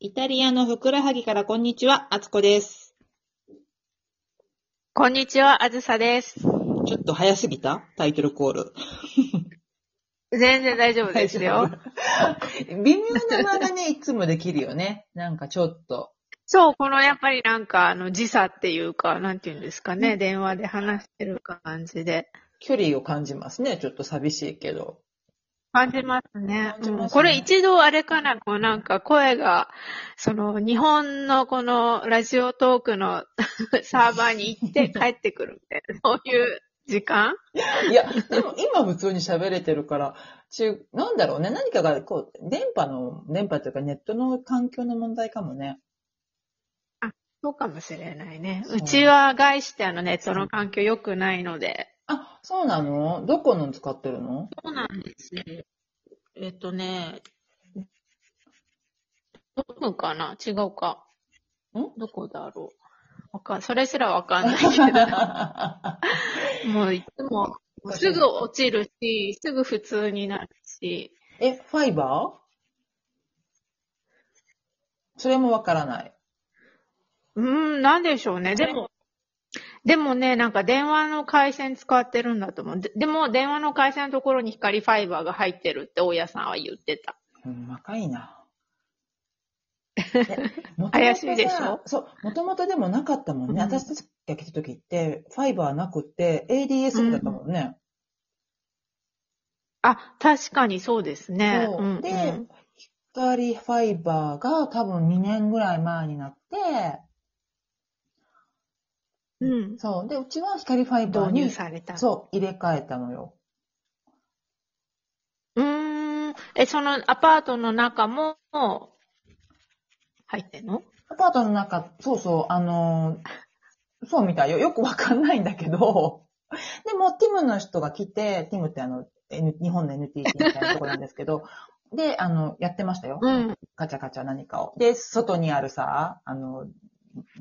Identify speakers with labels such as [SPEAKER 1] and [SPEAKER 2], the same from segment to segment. [SPEAKER 1] イタリアのふくらはぎからこんにちは、あつこです。
[SPEAKER 2] こんにちは、あずさです。
[SPEAKER 1] ちょっと早すぎたタイトルコール。
[SPEAKER 2] 全然大丈夫ですよ。
[SPEAKER 1] 微妙な間がね、いつもできるよね。なんかちょっと。
[SPEAKER 2] そう、このやっぱりなんか、あの、時差っていうか、なんていうんですかね、電話で話してる感じで。
[SPEAKER 1] 距離を感じますね。ちょっと寂しいけど。
[SPEAKER 2] 感じますね。
[SPEAKER 1] 感じますね
[SPEAKER 2] うんこれ一度あれかな、こうなんか声が、その、日本のこのラジオトークの サーバーに行 って帰ってくるみたいな、そういう時間
[SPEAKER 1] いや、でも今普通に喋れてるから、中、なんだろうね。何かが、こう、電波の、電波というかネットの環境の問題かもね。
[SPEAKER 2] そうかもしれないね。
[SPEAKER 1] そう
[SPEAKER 2] うちは外してあのネットの環境良くないので。
[SPEAKER 1] あ、そうなのどこの使ってるの
[SPEAKER 2] そうなんですよ。えっとね、どこかな違うか。
[SPEAKER 1] ん
[SPEAKER 2] どこだろうわかん、それすらわかんない
[SPEAKER 1] そ
[SPEAKER 2] け ど、もういつも、すぐ落ちるし、すぐ普通になるし、
[SPEAKER 1] え、ファイバーそれもわからない。
[SPEAKER 2] うーん、なんでしょうね。でも、でもね、なんか電話の回線使ってるんだと思う。ででも、電話の回線のところに光ファイバーが入ってるって大家さんは言ってた。
[SPEAKER 1] うん、若い な。ね元々さ
[SPEAKER 2] 怪しいでしょ
[SPEAKER 1] そう、もともとでもなかったもんね。
[SPEAKER 2] うん
[SPEAKER 1] 私たちが来た時って、ファイバーなくって、ADS だったもんね。
[SPEAKER 2] あ、確かにそうですね。
[SPEAKER 1] そう。
[SPEAKER 2] んん
[SPEAKER 1] で、光ファイバーが多分2年ぐらい前になって、
[SPEAKER 2] うん。
[SPEAKER 1] そう。で、うちは光ファイバー
[SPEAKER 2] 導
[SPEAKER 1] に、
[SPEAKER 2] 入された。
[SPEAKER 1] そう、入れ替えたのよ。
[SPEAKER 2] うーん。え、そのアパートの中も、入ってんの
[SPEAKER 1] アパートの中、そうそう、あのーそうみたいよ。よくわかんないんだけど、でも、ティムの人が来て、ティムってあの、N- 日本の NTT みたいなとこなんですけど、で、あの、やってましたよ。
[SPEAKER 2] ん。
[SPEAKER 1] ガチャガチャ何かを。で、外にあるさ、あの、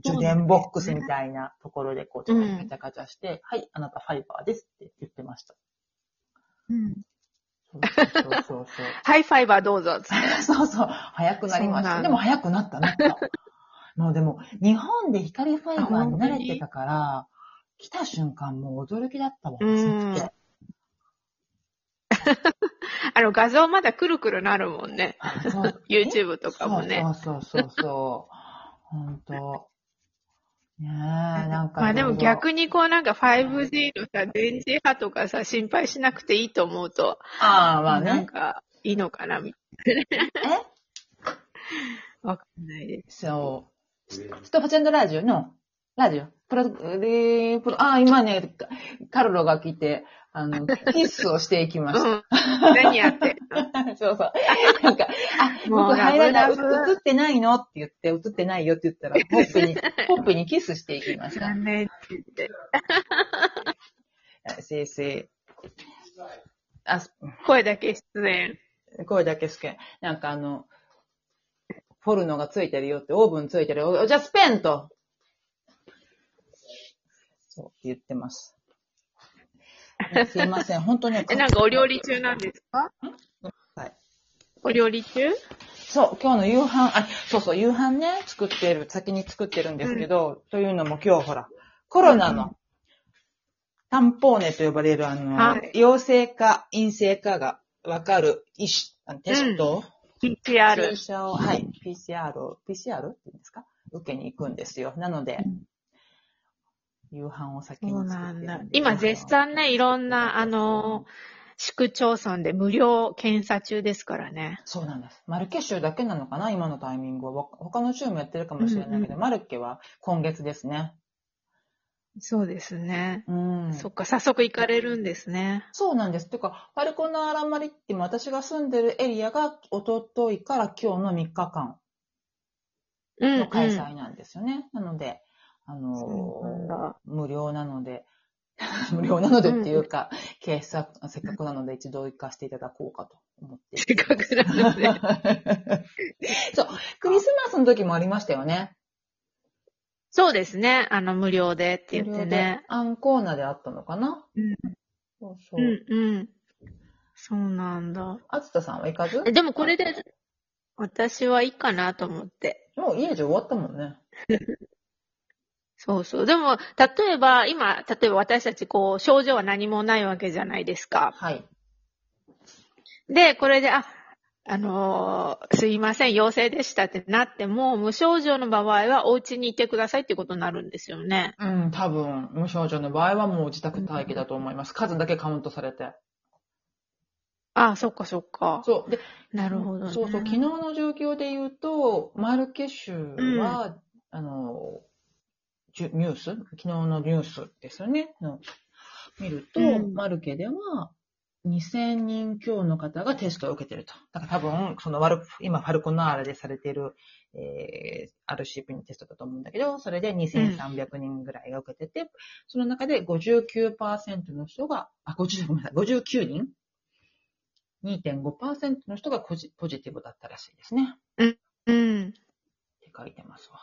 [SPEAKER 1] 受電ボックスみたいなところで、こう、
[SPEAKER 2] う
[SPEAKER 1] ガチ
[SPEAKER 2] ん
[SPEAKER 1] ャガチャして、はい、あなたファイバーですって言ってました。
[SPEAKER 2] うん。
[SPEAKER 1] そうそうそうそう。
[SPEAKER 2] ハイファイバーどうぞ。
[SPEAKER 1] そうそう。早くなりまし
[SPEAKER 2] そう
[SPEAKER 1] た。
[SPEAKER 2] なの
[SPEAKER 1] でも早くなった、 なった。もうでも、日本で光ファイバーに慣れてたから、来た瞬間もう驚きだったわ。
[SPEAKER 2] うん
[SPEAKER 1] 暑くて
[SPEAKER 2] あの、画像まだくるくるなるもんね。
[SPEAKER 1] そう
[SPEAKER 2] YouTube とかもね。
[SPEAKER 1] そうそうそうそう。ほんと。ねえ、なんか。
[SPEAKER 2] まあでも
[SPEAKER 1] に。
[SPEAKER 2] 逆にこうなんか 5G のさ、電磁波とかさ、心配しなくていいと思うと、
[SPEAKER 1] ああ、まあ
[SPEAKER 2] なん
[SPEAKER 1] ね。
[SPEAKER 2] かいいのかな、みたいな。え わかんないです。
[SPEAKER 1] そう。スストファチェンドラジオの、ラジオ。プロ、でプロ、ああ、今ね、カカルロが来て、あの、キスをしていきま
[SPEAKER 2] う
[SPEAKER 1] した。
[SPEAKER 2] ん。何やってん の
[SPEAKER 1] そうそう。なんか、あ、
[SPEAKER 2] もう
[SPEAKER 1] 僕入らない、
[SPEAKER 2] ラブラブ
[SPEAKER 1] 映ってないのって言って、映ってないよって言 ったら、ほっぺに、ほっぺにキスしていきました。
[SPEAKER 2] 残念って言って。
[SPEAKER 1] せいせい。あ、
[SPEAKER 2] 声だけ出演。
[SPEAKER 1] 声だけすけん。なんかあの、フォルノがついてるよって、オーブンついてるよ。おじゃあスペンとそう言ってます。すいません、本当に。
[SPEAKER 2] え、なんかお料理中なんですか
[SPEAKER 1] はい。
[SPEAKER 2] お料理中
[SPEAKER 1] そう、今日の夕飯、あ、そうそう、夕飯ね、作ってる、先に作ってるんですけど、というのも今日ほら、コロナ
[SPEAKER 2] う
[SPEAKER 1] の、タンポーネと呼ばれる、あの、
[SPEAKER 2] はい
[SPEAKER 1] 陽性か陰性かがわかる医師、あのテスト、注
[SPEAKER 2] ?PCR。
[SPEAKER 1] 射を、はい、PCR を、PCR って言うんですか受けに行くんですよ。なので、夕飯を先に
[SPEAKER 2] そう
[SPEAKER 1] 作
[SPEAKER 2] な
[SPEAKER 1] ってる
[SPEAKER 2] ん
[SPEAKER 1] で
[SPEAKER 2] だ。今絶賛ね、いろんな、あの、市区町村で無料検査中ですからね。
[SPEAKER 1] そうなんです。マルケ州だけなのかな今のタイミングは。わ他の州もやってるかもしれないけど、
[SPEAKER 2] うんう
[SPEAKER 1] マルケは今月ですね。
[SPEAKER 2] そうですね。
[SPEAKER 1] うん。
[SPEAKER 2] そっか、早速行かれるんですね。
[SPEAKER 1] そうなんです。てか、ファルコナーラマリッティも私が住んでるエリアが、おとといから今日の3日間
[SPEAKER 2] うん、うん。
[SPEAKER 1] の開催なんですよね。なので、あ
[SPEAKER 2] そうな
[SPEAKER 1] の
[SPEAKER 2] んだ
[SPEAKER 1] ー無料なので、 無料なのでっていうか、警察、せっかくなので一度行かせていただこうかと思 って。
[SPEAKER 2] せっかく なので。
[SPEAKER 1] そう、クリスマスの時もありましたよね。
[SPEAKER 2] そうですね。あの、無料でって言ってね。。
[SPEAKER 1] アンコーナであったのかな
[SPEAKER 2] うん
[SPEAKER 1] そうそうう。
[SPEAKER 2] ん、うん。そうなんだ。
[SPEAKER 1] あつたさんは行かず
[SPEAKER 2] えでもこれで、私はいいかなと思って。
[SPEAKER 1] もう家じゃ終わったもんね。
[SPEAKER 2] そうそう。でも、例えば、今、例えば私たち、こう、症状は何もないわけじゃないですか。
[SPEAKER 1] はい。
[SPEAKER 2] で、これで、あ、あのーすいません、陽性でしたってなっても、無症状の場合はお家にいてくださいっていうことになるんですよね。
[SPEAKER 1] うん、多分、無症状の場合はもう自宅待機だと思います。数だけカウントされて。
[SPEAKER 2] あそっかそっか。
[SPEAKER 1] そう。で、
[SPEAKER 2] なるほど、ね。
[SPEAKER 1] そうそう、昨日の状況で言うと、マルケ州は、あの、じゅニュース昨日のニュースですよね。の見ると、
[SPEAKER 2] うん
[SPEAKER 1] マルケでは、2000人強の方がテストを受けてると。だから多分、そのワル今、ファルコナーレでされている、えー、RCP のテストだと思うんだけど、それで2300人ぐらいが受けてて、その中で59%の人が、あ、50、ごめんなさい、59人 ?2.5% の人がポジポジティブだったらしいですね。
[SPEAKER 2] うん。
[SPEAKER 1] って書いてますわ。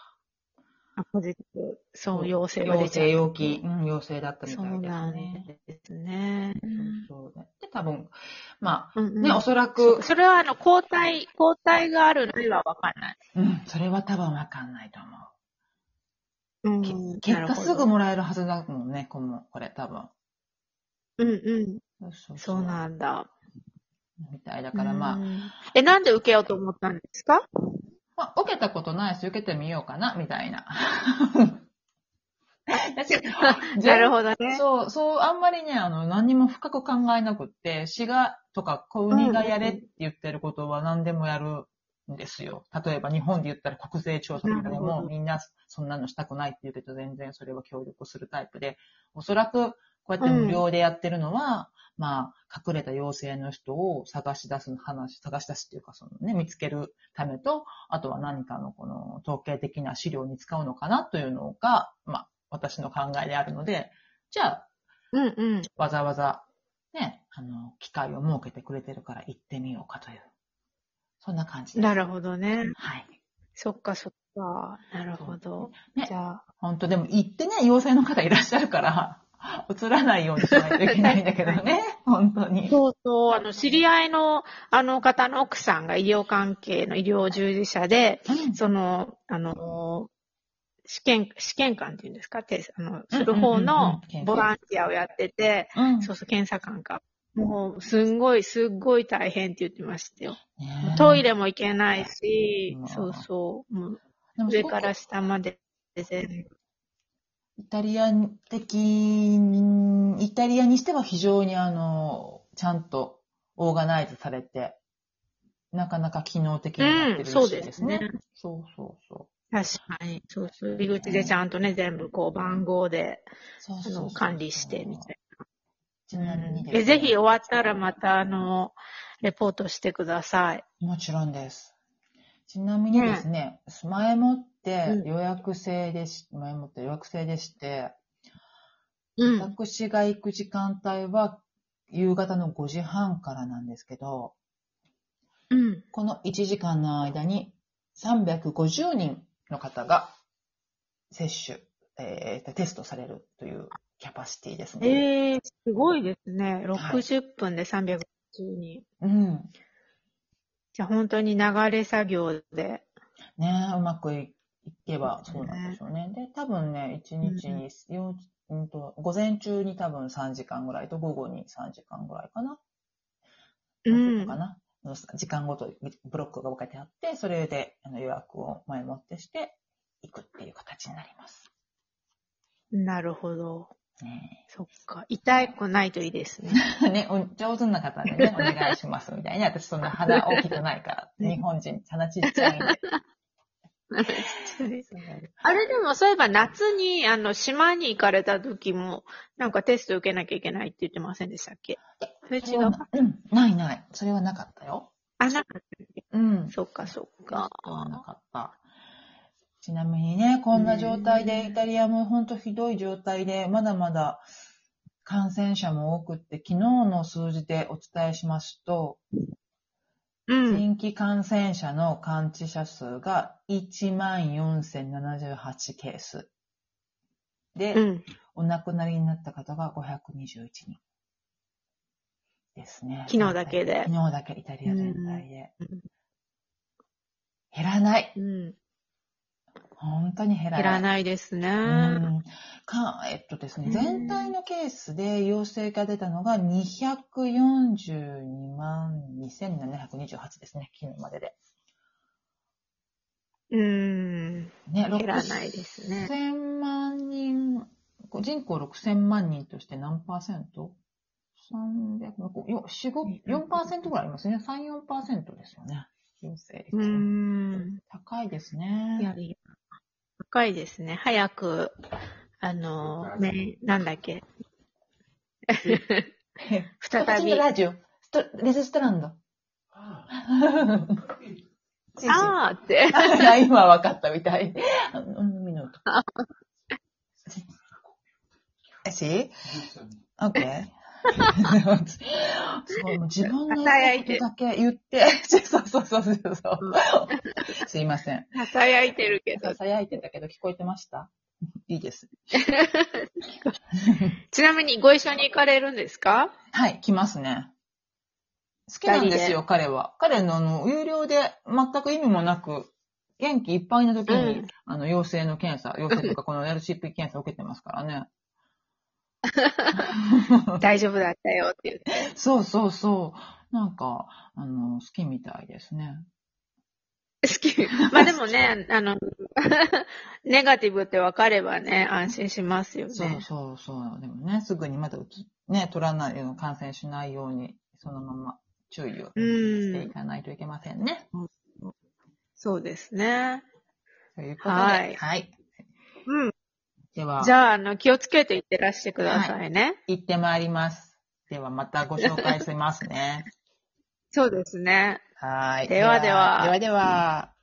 [SPEAKER 2] あポジティブ。そう、陽性が
[SPEAKER 1] 陽
[SPEAKER 2] 出ちゃう。
[SPEAKER 1] 性、陽気、うん、陽性だったみたいです
[SPEAKER 2] そうなん
[SPEAKER 1] ね。
[SPEAKER 2] ですね。うん
[SPEAKER 1] そうそうで、多分、ま
[SPEAKER 2] うんう
[SPEAKER 1] あ、
[SPEAKER 2] ん
[SPEAKER 1] ね、おそら
[SPEAKER 2] そ
[SPEAKER 1] く、
[SPEAKER 2] それは、あの、抗体、抗体があるのはわかんない。
[SPEAKER 1] うん、それは多分わかんないと思う。
[SPEAKER 2] うん
[SPEAKER 1] け結果すぐもらえるはずだもんね、この、これ多分。
[SPEAKER 2] うんうん。
[SPEAKER 1] そうそ
[SPEAKER 2] そうなんだ。
[SPEAKER 1] みたいだからまあ、
[SPEAKER 2] うんえ、なんで受けようと思ったんですか
[SPEAKER 1] まあ、受けたことないし、受けてみようかな、みたいな。
[SPEAKER 2] なるほどね。
[SPEAKER 1] そう、そう、あんまりね、あの、何にも深く考えなくって、市がとか小国がやれって言ってることは何でもやるんですよ。例えば日本で言ったら国税調査とかで
[SPEAKER 2] なるほ
[SPEAKER 1] も
[SPEAKER 2] ど
[SPEAKER 1] みんなそんなのしたくないって言うけど全然それは協力するタイプで、おそらくこうやって無料でやってるのは、まあ、隠れた陽性の人を探し出す話、探し出すっていうか、そのね、見つけるためと、あとは何かのこの統計的な資料に使うのかなというのが、まあ、私の考えであるので、じゃあ、
[SPEAKER 2] うんうん。
[SPEAKER 1] わざわざ、ね、あの、機会を設けてくれてるから行ってみようかという。そんな感じです。
[SPEAKER 2] なるほどね。
[SPEAKER 1] はい。
[SPEAKER 2] そっかそっか。なるほど。
[SPEAKER 1] ね
[SPEAKER 2] じゃあ。
[SPEAKER 1] 本当でも行ってね、陽性の方いらっしゃるから、映らないようにしないといけないんだけど ね。本当に。
[SPEAKER 2] そうそう、あの、知り合いの、あの方の奥さんが医療関係の医療従事者で、
[SPEAKER 1] うん
[SPEAKER 2] その、あの、試験、試験官っていうんですかてあの、
[SPEAKER 1] うん
[SPEAKER 2] する方
[SPEAKER 1] うんうん
[SPEAKER 2] の
[SPEAKER 1] うん
[SPEAKER 2] ボランティアをやってて、
[SPEAKER 1] うん。
[SPEAKER 2] そうそう、検査官か。もう、すんごい、すっごい大変って言ってましたよ。
[SPEAKER 1] ね
[SPEAKER 2] トイレも行けないし
[SPEAKER 1] うん、
[SPEAKER 2] そうそう、もう
[SPEAKER 1] でもす
[SPEAKER 2] 上
[SPEAKER 1] ごく
[SPEAKER 2] から下まで全部。
[SPEAKER 1] イタリアン的に、イタリアにしては非常にあの、ちゃんとオーガナイズされて、なかなか機能的になってるらしいですね。
[SPEAKER 2] うんそうです
[SPEAKER 1] そうそうそう。
[SPEAKER 2] 確かに、そうそう。入り口でちゃんとね、全部こう番号で、
[SPEAKER 1] そう
[SPEAKER 2] あ
[SPEAKER 1] そうそう
[SPEAKER 2] の、管理して、みたい
[SPEAKER 1] ち
[SPEAKER 2] な
[SPEAKER 1] なみに。ですね
[SPEAKER 2] え、ぜひ終わったらまた、あの、レポートしてください。
[SPEAKER 1] もちろんです。ちなみにですね、前もって
[SPEAKER 2] うん
[SPEAKER 1] 予約制でし、前もって予約制でして、
[SPEAKER 2] うん。
[SPEAKER 1] 私が行く時間帯は夕方の5時半からなんですけど、
[SPEAKER 2] うん。
[SPEAKER 1] この1時間の間に350人の方が接種、えーテストされるというキャパシティですね。
[SPEAKER 2] えー、すごいですね。
[SPEAKER 1] はい
[SPEAKER 2] 60分で350人。
[SPEAKER 1] うん。
[SPEAKER 2] じゃあ本当に流れ作業で。
[SPEAKER 1] ねえ、うまくいいけば
[SPEAKER 2] そ
[SPEAKER 1] そう
[SPEAKER 2] うですね
[SPEAKER 1] なんでしょうね。で、多分ね、1日に、よううんと、午前中に多分3時間ぐらいと、午後に3時間ぐらいかな。
[SPEAKER 2] う
[SPEAKER 1] もっと
[SPEAKER 2] ん
[SPEAKER 1] か。な。の時間ごとにブロックが分けてあって、それであの予約を前もってして、行くっていう形になります。
[SPEAKER 2] なるほど。
[SPEAKER 1] ね
[SPEAKER 2] そっか。痛くないといいです ね。
[SPEAKER 1] えね、お上手な方で ね、お願いしますみたいな。私そんな鼻大きくないから、日本人、鼻ちっちゃいんで。
[SPEAKER 2] あれでもそういえば夏に、あの、島に行かれた時も、なんかテスト受けなきゃいけないって言ってませんでしたっけそれ違うか。
[SPEAKER 1] うん、ないない。それはなかったよ。
[SPEAKER 2] あ、なんか、
[SPEAKER 1] うん。
[SPEAKER 2] そっかそっか。
[SPEAKER 1] なかった。ちなみにね、こんな状態で、
[SPEAKER 2] うん
[SPEAKER 1] イタリアもほんとひどい状態で、まだまだ感染者も多くって、昨日の数字でお伝えしますと、
[SPEAKER 2] うん。
[SPEAKER 1] 新規感染者の感知者数が14,078ケース。で、
[SPEAKER 2] うん。
[SPEAKER 1] お亡くなりになった方が521人。ですね。
[SPEAKER 2] 昨日だけで
[SPEAKER 1] 昨日だけ、イタリア全体で。減らない。
[SPEAKER 2] うん。
[SPEAKER 1] 本当に減らない。
[SPEAKER 2] 減らないですね。
[SPEAKER 1] うんか、えっとですね、
[SPEAKER 2] うん
[SPEAKER 1] 全体のケースで陽性が出たのが242万2728ですね、昨日までで。
[SPEAKER 2] うん。
[SPEAKER 1] ね、
[SPEAKER 2] 減らないですね
[SPEAKER 1] 6000万人、こう人口6000万人として何パーセント ?300、よ4、5 4%ぐらいありますね。3、4%ですよね。陽性率
[SPEAKER 2] う
[SPEAKER 1] ね、
[SPEAKER 2] ん。
[SPEAKER 1] 高いですね。
[SPEAKER 2] いや、いや高いですね。早く、あの、ね、なんだっけ。 再
[SPEAKER 1] 再び。
[SPEAKER 2] び。
[SPEAKER 1] ラジオ。ストレストラン ド。知事
[SPEAKER 2] あー って。
[SPEAKER 1] いや 今分かったみたい。あうん海の音。し ?OK? そう、もう自分の
[SPEAKER 2] 囁い
[SPEAKER 1] 言
[SPEAKER 2] て
[SPEAKER 1] うことだけ言って、 そうそうそうそうそう。すいません。
[SPEAKER 2] ささやいてるけど
[SPEAKER 1] さ。さやいてたけど聞こえてましたいいです。
[SPEAKER 2] ちなみにご一緒に行かれるんですか
[SPEAKER 1] はい、来ますね。好きなんですよ、彼は。彼のあの、有料で全く意味もなく、元気いっぱいの時に、
[SPEAKER 2] うん
[SPEAKER 1] あの、陽性の検査、陽性というかこの LCP 検査を受けてますからね。
[SPEAKER 2] 大丈夫だったよって言って。
[SPEAKER 1] そうそうそう。なんか、あの、好きみたいですね。
[SPEAKER 2] 好 き。まあでもね、あの、 ネガティブって分かればね、安心しますよ
[SPEAKER 1] そう
[SPEAKER 2] ね。
[SPEAKER 1] そうそう。でもね、すぐにまだうつ、ね、取らないように、感染しないように、そのまま注意をしていかないといけませんね。
[SPEAKER 2] そうですね。
[SPEAKER 1] ということで、は。
[SPEAKER 2] はいいうん。
[SPEAKER 1] では、
[SPEAKER 2] じゃあ、あの、気をつけて行ってらしてくださいね。
[SPEAKER 1] 行ってまいります。では、またご紹介 しますね。
[SPEAKER 2] そうですね。
[SPEAKER 1] はい。
[SPEAKER 2] ではでは
[SPEAKER 1] ではでは。